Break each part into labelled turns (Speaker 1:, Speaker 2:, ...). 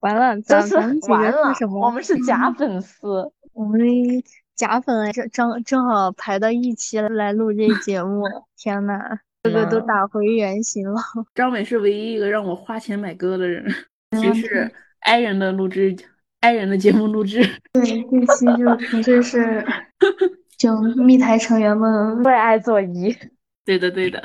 Speaker 1: 完了，
Speaker 2: 就
Speaker 1: 咱
Speaker 2: 是
Speaker 1: 咱们几
Speaker 2: 完
Speaker 1: 个
Speaker 2: 了
Speaker 1: 是什，
Speaker 2: 我
Speaker 1: 么？
Speaker 2: 们是 假粉丝，
Speaker 1: 我们假粉来着，正正好排到一起来录 这节目。天呐，这个都
Speaker 2: 嗯
Speaker 1: 打回原形了。
Speaker 2: 张伟是唯一一个让我花钱买歌的人，
Speaker 3: 嗯
Speaker 2: 其实是 i 人的录制，i 人的节目录制，
Speaker 4: 对，这期就纯粹 是就密台成员们。
Speaker 2: 为爱作揖。 对的，对的，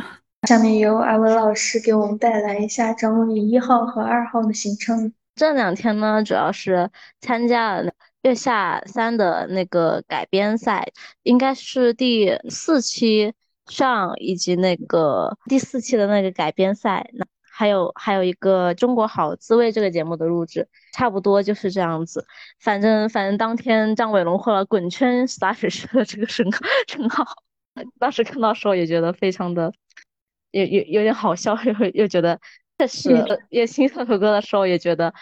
Speaker 4: 下面由阿文老师给我们带来一下张文里一号和二号的行程。
Speaker 3: 这两天呢，主要是参加了那月下三的那个改编赛，应该是第四期上以及那个第四期的那个改编赛，那还有还有一个《中国好滋味》这个节目的录制，差不多就是这样子。反正反正当天张伟龙获了“滚圈洒水车”的这个称号称号，当时看到的时候也觉得非常的有有有点好笑， 又又觉得确实
Speaker 4: 嗯
Speaker 3: 也听这首歌的时候也觉得，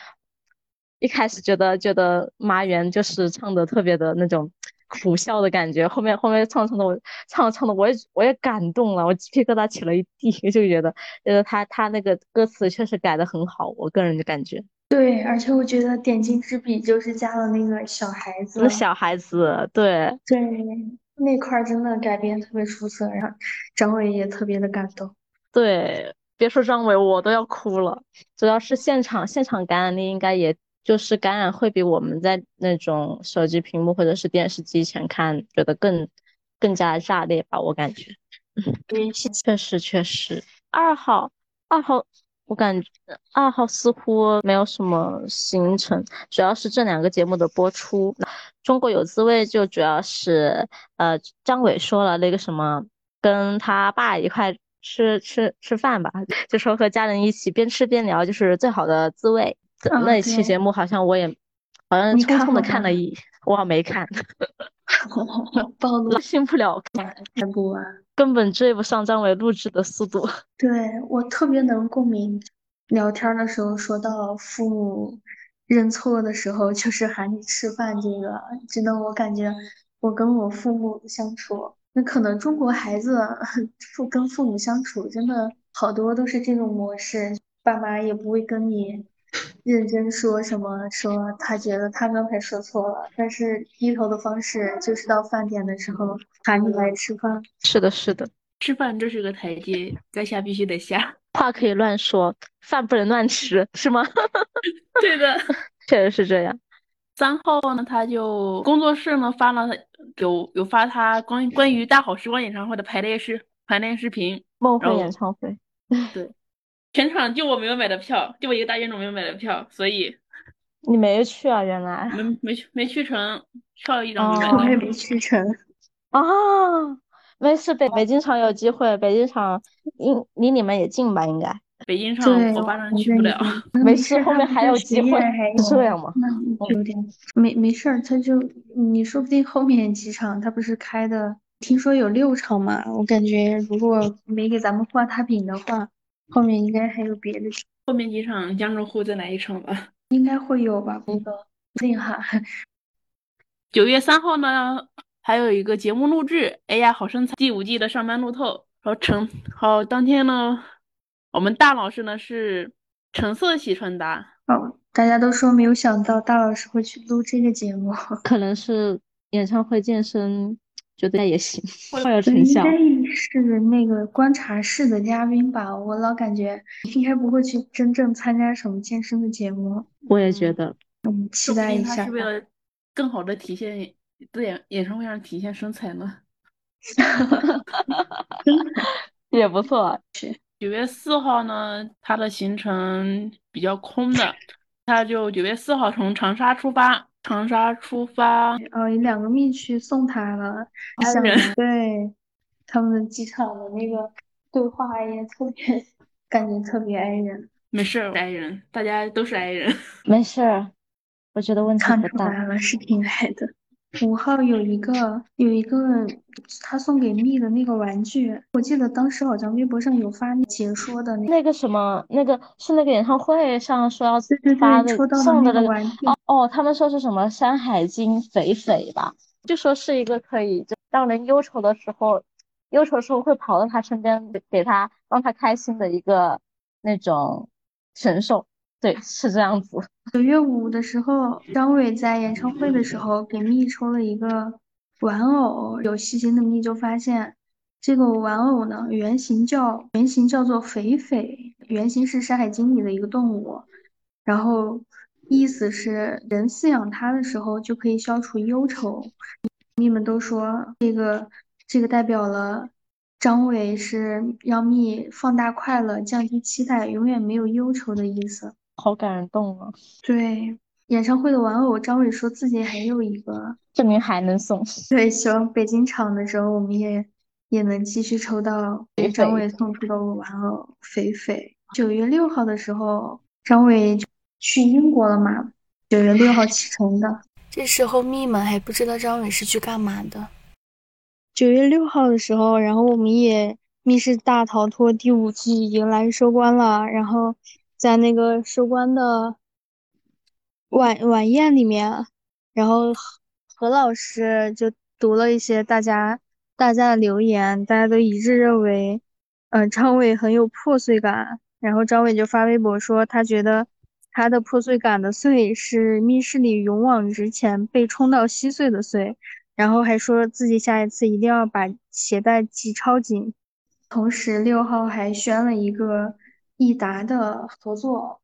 Speaker 3: 一开始觉得觉得麻原就是唱的特别的那种苦笑的感觉，后面后面唱唱的我唱着唱的我也我也感动了，我鸡皮疙瘩起了一地， 就觉得觉得他他那个歌词确实改的很好，我个人的感觉。
Speaker 4: 对，而且我觉得点睛之笔就是加了那个小孩子
Speaker 3: 那，小孩子对。
Speaker 4: 对，那块儿真的改编特别出色，然后张伟也特别的感动。
Speaker 3: 对，别说张伟，我都要哭了。主要是现场，现场感染力应该也就是感染会比我们在那种手机屏幕或者是电视机前看，觉得更更加炸裂吧，我感觉。
Speaker 4: 对，谢谢
Speaker 3: 确实确实，二号二号，我感觉二号似乎没有什么行程，主要是这两个节目的播出。中国有滋味就主要是呃，张伟说了那个什么，跟他爸一块吃吃吃饭吧，就说和家人一起边吃边聊，就是最好的滋味。
Speaker 4: 啊
Speaker 3: 那一期
Speaker 4: 对
Speaker 3: 节目好像我也好像
Speaker 4: 你
Speaker 3: 匆
Speaker 4: 看
Speaker 3: 匆
Speaker 4: 了
Speaker 3: 的看
Speaker 4: 吗
Speaker 3: 了一，我好像没看，
Speaker 4: 暴露
Speaker 3: 拉新不了，
Speaker 4: 太不完。
Speaker 3: 根本追不上张伟录制的速度。
Speaker 4: 对，我特别能共鸣。聊天儿的时候说到父母认错的时候，就是喊你吃饭这个，真的我感觉我跟我父母相处，那可能中国孩子父跟父母相处真的好多都是这种模式，爸妈也不会跟你认真说什么，说他觉得他刚才说错了，但是低头的方式就是到饭点的时候喊你来吃饭。
Speaker 3: 是的，是的。
Speaker 2: 吃饭就是个台阶，该下必须得下。
Speaker 3: 话可以乱说，饭不能乱吃，是吗？
Speaker 2: 对的。
Speaker 3: 确实是这样。
Speaker 2: 三号呢，他就工作室呢发了有有发他关于关于大好时光演唱会的排练视排练视频，
Speaker 3: 梦回
Speaker 2: 然后
Speaker 3: 演唱会，
Speaker 2: 全场就我没有买的票，就我一个大冤种没有买的票，所以
Speaker 3: 你没去啊？原来
Speaker 2: 没没去没去成，票一张没买
Speaker 3: 哦
Speaker 4: 我也
Speaker 2: 到。
Speaker 4: 没去成。
Speaker 3: 啊，没事，北北京场有机会，北京场应离你们也近吧？应该
Speaker 2: 北京上
Speaker 4: 对，
Speaker 2: 我巴上
Speaker 4: 我
Speaker 2: 去
Speaker 4: 跟
Speaker 2: 不
Speaker 4: 你
Speaker 2: 了，
Speaker 4: 说
Speaker 3: 没
Speaker 4: 没
Speaker 3: 事，后
Speaker 4: 他
Speaker 3: 面
Speaker 4: 们
Speaker 3: 还
Speaker 4: 在
Speaker 3: 有
Speaker 4: 实
Speaker 3: 机
Speaker 4: 验
Speaker 3: 会，嗯
Speaker 4: 还
Speaker 3: 是这
Speaker 4: 有
Speaker 3: 样吗？
Speaker 4: 那有点没没事儿，他就你说不定后面几场他不是开的，听说有六场嘛，我感觉如果没给咱们画大饼的话，后面应该还有别的，
Speaker 2: 后面几场江浙沪再来一场吧。
Speaker 4: 应该会有吧，那个那哈，
Speaker 2: 九月三号呢，还有一个节目录制，《哎呀好身材》第五季的上班路透，然后陈，好当天呢，我们大老师呢是橙色系穿搭。
Speaker 4: 哦，大家都说没有想到大老师会去录这个节目，
Speaker 3: 可能是演唱会健身，觉得 也行，
Speaker 2: 会
Speaker 3: 会有成
Speaker 4: 应
Speaker 3: 效。
Speaker 4: 该是那个观察室的嘉宾吧，我老感觉应该不会去真正参加什么健身的节目，
Speaker 3: 我也觉得，
Speaker 4: 我们期
Speaker 2: 说不
Speaker 4: 待
Speaker 2: 定
Speaker 4: 一
Speaker 2: 他
Speaker 4: 下
Speaker 2: 是
Speaker 4: 吧。
Speaker 2: 为了更好的体现在演演唱会上体现身材呢。
Speaker 3: 也不错。
Speaker 2: 九月四号呢，他的行程比较空的，他就九月四号从长沙出发，长沙出发，
Speaker 4: 哦，有两个蜜区送他
Speaker 3: 哦
Speaker 4: 了，
Speaker 2: 安
Speaker 4: 想
Speaker 2: 仁
Speaker 4: 对他们机场的那个对话也特别，感觉特别 i 人，
Speaker 2: 没事儿，爱人，大家都是爱人。
Speaker 3: 没事儿，我觉得问题
Speaker 4: 看
Speaker 3: 不
Speaker 4: 出
Speaker 3: 大。
Speaker 4: 来了是挺 i 的。五号有一个有一个他送给蜜的那个玩具，我记得当时好像微博上有发解说的那个，
Speaker 3: 那个什么，那个是那个演唱会上说要
Speaker 4: 对对
Speaker 3: 发
Speaker 4: 对，
Speaker 3: 的
Speaker 4: 抽到了
Speaker 3: 送
Speaker 4: 那
Speaker 3: 的那
Speaker 4: 个
Speaker 3: 个
Speaker 4: 玩具，
Speaker 3: 哦，他们说是什么《山海经》肥肥吧，就说是一个可以就让人忧愁的时候，忧愁的时候会跑到他身边，给给他让他开心的一个那种神兽。对，是这样子。
Speaker 4: 九月五的时候，张伟在演唱会的时候给蜜抽了一个玩偶，有细心的蜜就发现这个玩偶呢，原型叫原型叫做肥肥，原型是《山海经》里的一个动物，然后意思是人饲养它的时候就可以消除忧愁。你们都说这个这个代表了张伟是让蜜放大快乐，降低期待，永远没有忧愁的意思。
Speaker 3: 好感人动啊！
Speaker 4: 对，演唱会的玩偶，张伟说自己还有一个。
Speaker 3: 证明还能送。
Speaker 4: 对，希望北京场的时候，我们也也能继续抽到
Speaker 3: 肥肥
Speaker 4: 张伟送出的玩偶肥肥。九月六号的时候，张伟就去英国了嘛？九月六号启程的。
Speaker 5: 这时候密们还不知道张伟是去干嘛的。
Speaker 1: 九月六号的时候，然后我们也《密室大逃脱》第五季迎来收官了，然后在那个收官的晚晚宴里面，然后何何老师就读了一些大家大家的留言，大家都一致认为，呃，张伟很有破碎感。然后张伟就发微博说，他觉得他的破碎感的碎是密室里勇往直前被冲到稀碎的碎。然后还说自己下一次一定要把鞋带系超紧。
Speaker 4: 同时，六号还宣了一个益达的合作，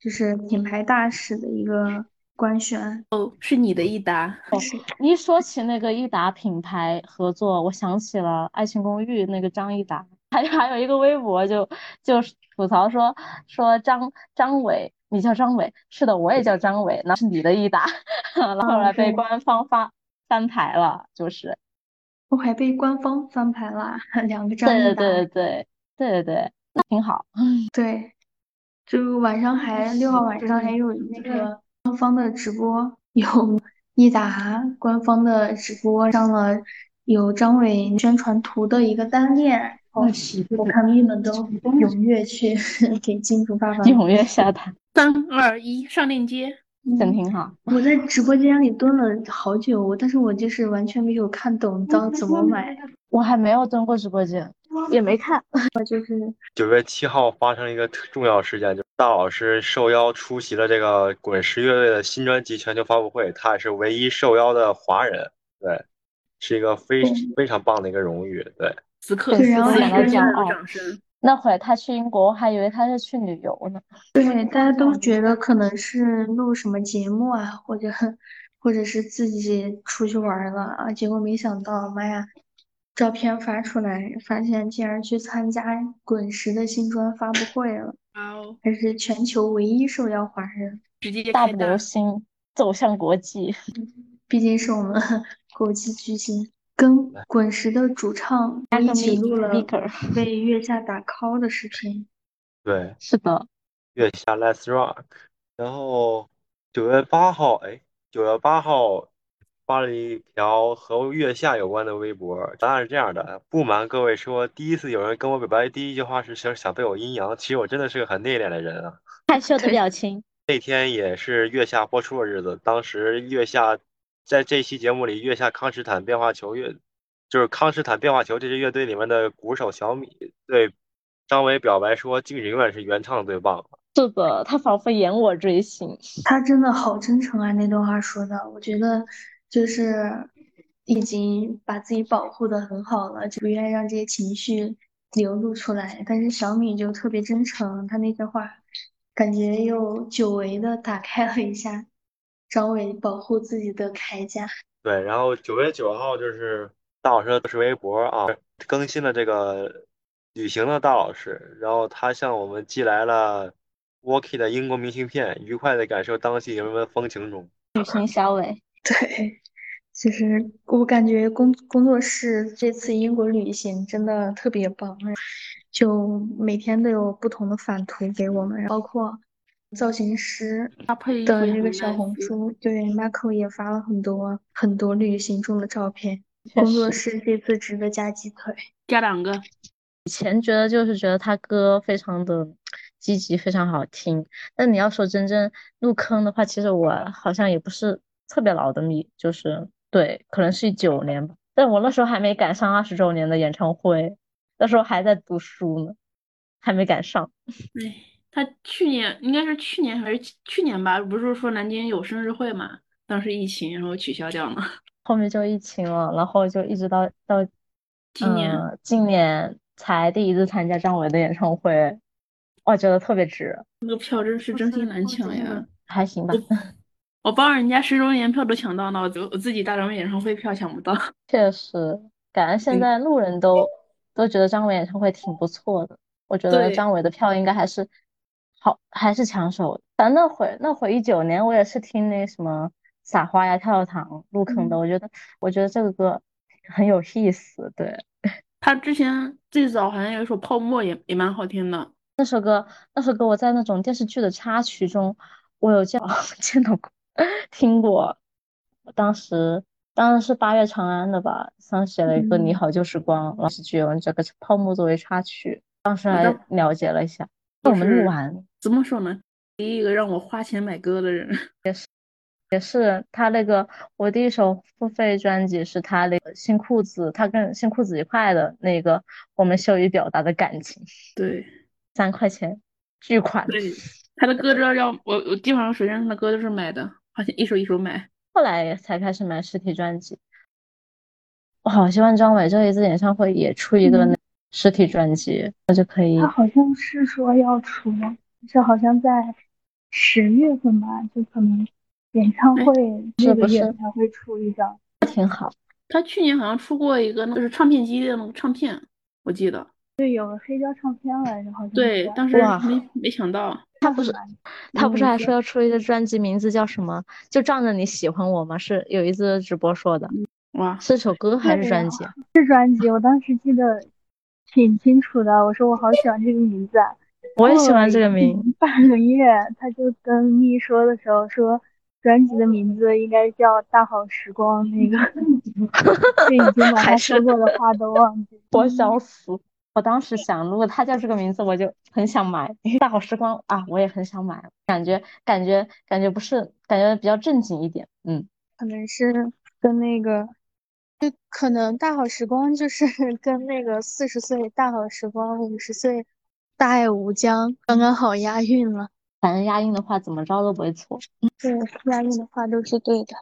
Speaker 4: 就是品牌大使的一个官宣。
Speaker 2: 哦，是你的益达，
Speaker 3: 你一说起那个益达品牌合作，我想起了《爱情公寓》那个张益达， 还有还有一个微博就就吐槽说说张张伟，你叫张伟，是的，我也叫张伟，那是你的益达， 然后后来被
Speaker 4: 对
Speaker 3: 官方发翻牌了，就是
Speaker 4: 我还被官方翻牌了 两个张益
Speaker 3: 对对
Speaker 4: 达。
Speaker 3: 对对对对对，那挺好，
Speaker 4: 对，就晚上还六号晚上还有那个官方的直播，有益达官方的直播上了有张伟宣传图的一个单链，然后
Speaker 3: 嗯
Speaker 4: 我 看你们都踊跃去 给金主爸爸。
Speaker 3: 踊跃下单，
Speaker 2: 三二一，上链接。
Speaker 3: 真
Speaker 4: 嗯
Speaker 3: 挺好。
Speaker 4: 我在直播间里蹲了好久，但是我就是完全没有看懂到怎么买。
Speaker 3: 我还没有登过直播间，也没看。
Speaker 6: 九月七号发生了一个特重要事件，就是大老师受邀出席了这个滚石乐队的新专辑全球发布会，他也是唯一受邀的华人，对，是一个非非常棒的一个荣誉，对，
Speaker 2: 此刻
Speaker 4: 对
Speaker 2: 此
Speaker 4: 然后
Speaker 2: 刻
Speaker 4: 两个
Speaker 2: 一
Speaker 4: 人
Speaker 2: 声
Speaker 3: 哦
Speaker 2: 掌声。
Speaker 3: 那会儿他去英国，我还以为他是去旅游呢。
Speaker 4: 对，大家都觉得可能是录什么节目啊，或者或者是自己出去玩儿了啊，结果没想到，妈呀，照片发出来，发现竟然去参加滚石的新专发布会了，
Speaker 2: 哇哦，
Speaker 4: 还是全球唯一受邀华人，
Speaker 2: 直接
Speaker 3: 大
Speaker 2: 开
Speaker 3: 步
Speaker 2: 打
Speaker 3: 流星走向国际，
Speaker 4: 毕竟是我们 国际巨星，跟滚石的主唱
Speaker 3: 加
Speaker 4: 一
Speaker 3: 个
Speaker 4: 起
Speaker 3: Mi-
Speaker 4: 录了
Speaker 3: Micker
Speaker 4: 为月下打 call 的视频。
Speaker 6: 对，
Speaker 3: 是的，
Speaker 6: 月下 Let's Rock。然后九月八号，哎，九月八号发了一条和月下有关的微博，答案是这样的：不瞒各位说，第一次有人跟我表白，第一句话是想想被我阴阳，其实我真的是个很内敛的人啊。
Speaker 3: 害羞的
Speaker 4: 对
Speaker 3: 表 情，
Speaker 6: 那天也是月下播出的日子，当时月下在这期节目里，月下康斯坦变化球乐，就是康斯坦变化球这支乐队里面的鼓手小米对张伟表白说：“静止永远是原唱最棒。”
Speaker 3: 是的，他仿佛掩我追星，
Speaker 4: 他真的好真诚啊！那段话说的，我觉得就是已经把自己保护的很好了，就不愿意让这些情绪流露出来。但是小米就特别真诚，他那句话感觉又久违的打开了一下张伟保护自己的铠甲。
Speaker 6: 对，然后九月九号就是大老师的是微博啊，更新了这个旅行的大老师，然后他向我们寄来了 Walkie 的英国明信片，愉快的感受当地人文风情中。
Speaker 3: 旅行小 伟，
Speaker 4: 对，就是我感觉工工作室这次英国旅行真的特别棒，就每天都有不同的返图给我们，包括造型师
Speaker 3: 嗯
Speaker 2: 搭配衣服
Speaker 4: 的
Speaker 2: 也
Speaker 4: 那个
Speaker 2: 很
Speaker 4: 小
Speaker 2: nice
Speaker 4: 红书，对，Marco 也发了很多很多旅行中的照片。
Speaker 3: 确
Speaker 4: 工作
Speaker 3: 实，
Speaker 4: 室这次值得加鸡腿，
Speaker 2: 加两个，
Speaker 3: 以前觉得就是觉得他歌非常的积极，非常好听，但你要说真正入坑的话，其实我好像也不是特别老的迷，就是对，可能是九年吧，但我那时候还没赶上二十周年的演唱会，那时候还在读书呢，还没赶上。
Speaker 2: 哎，他去年应该是去年还是去去年吧，不是说南京有生日会嘛？当时疫情，然后取消掉了。
Speaker 3: 后面就疫情了，然后就一直到到
Speaker 2: 今年
Speaker 3: 嗯今年才第一次参加张伟的演唱会，我觉得特别值，
Speaker 2: 那个票真
Speaker 4: 哦
Speaker 2: 是真心难抢呀！
Speaker 3: 还行吧，
Speaker 2: 我帮人家十周年票都抢到了，我我自己大张伟演唱会票抢不到。
Speaker 3: 确实，感觉现
Speaker 2: 嗯
Speaker 3: 在路人都都觉得张伟演唱会挺不错的，我觉得
Speaker 2: 对
Speaker 3: 张伟的票应该还是好，还是抢手的。反正那会那会一九年，我也是听那什么撒花呀、跳跳糖、入坑
Speaker 2: 嗯
Speaker 3: 的，我觉得我觉得这个歌很有意思，对。
Speaker 2: 他之前最早好像有一首《泡沫》也也蛮好听的，
Speaker 3: 那首歌我在那种电视剧的插曲中，我有见 见到过、听过。我当时当时是八月长安的吧，当时写了一个《你
Speaker 4: 嗯
Speaker 3: 好旧时光》，然后是剧用这个泡沫作为插曲，当
Speaker 4: 啊
Speaker 3: 时还了解了一下。那我们录完
Speaker 2: 怎么说呢？第一个让我花钱买歌的人，
Speaker 3: 也是他那个，我第一首付费专辑是他那个新裤子，他跟新裤子一块的那个，我们羞于表达的感情，
Speaker 2: 对
Speaker 3: 三块钱巨款。
Speaker 2: 对，他的歌都要我我基本上手机上的歌都是买的，好像一首一首买。
Speaker 3: 后来才开始买实体专辑。我好希望张伟这一次演唱会也出一个那实体专辑，那就可以
Speaker 1: 他好像是说要出吗？是好像在十月份吧，就可能演唱会
Speaker 3: 哎是
Speaker 1: 那
Speaker 3: 不
Speaker 1: 个
Speaker 3: 是
Speaker 1: 月才会出一张。
Speaker 3: 挺好。
Speaker 2: 他去年好像出过一个，那就是唱片机的那个唱片，我记得。
Speaker 1: 对，有个黑胶唱片来着，好像是
Speaker 2: 对，
Speaker 4: 嗯
Speaker 2: 当时
Speaker 3: 哇
Speaker 2: 没没想到，
Speaker 3: 他不是他不是
Speaker 1: 嗯
Speaker 3: 还说要出一个专辑，名字叫什么？就仗着你喜欢我吗？是有一次直播说的，
Speaker 2: 哇，
Speaker 3: 是首歌还是专辑？啊
Speaker 1: 是专辑，我当时记得挺清楚的。我说我好喜欢这个名字啊，
Speaker 3: 我也喜欢这个名，。
Speaker 1: 半个月，他就跟咪说的时候说，专辑的名字应该叫《大好时光》那个， 就已经把他
Speaker 3: 还是
Speaker 1: 说过的话都忘记了。
Speaker 3: 我想死。我当时想，如果他叫这个名字，我就很想买《大好时光》啊，我也很想买，感觉感觉感觉不是，感觉比较正经一点，嗯。
Speaker 1: 可能是跟那个，就可能大好时光就是 跟那个四十岁大好时光，五十岁大爱无疆，刚刚好押韵了。
Speaker 3: 反正押韵的话，怎么着都不会错。
Speaker 1: 对，押韵的话都是对的。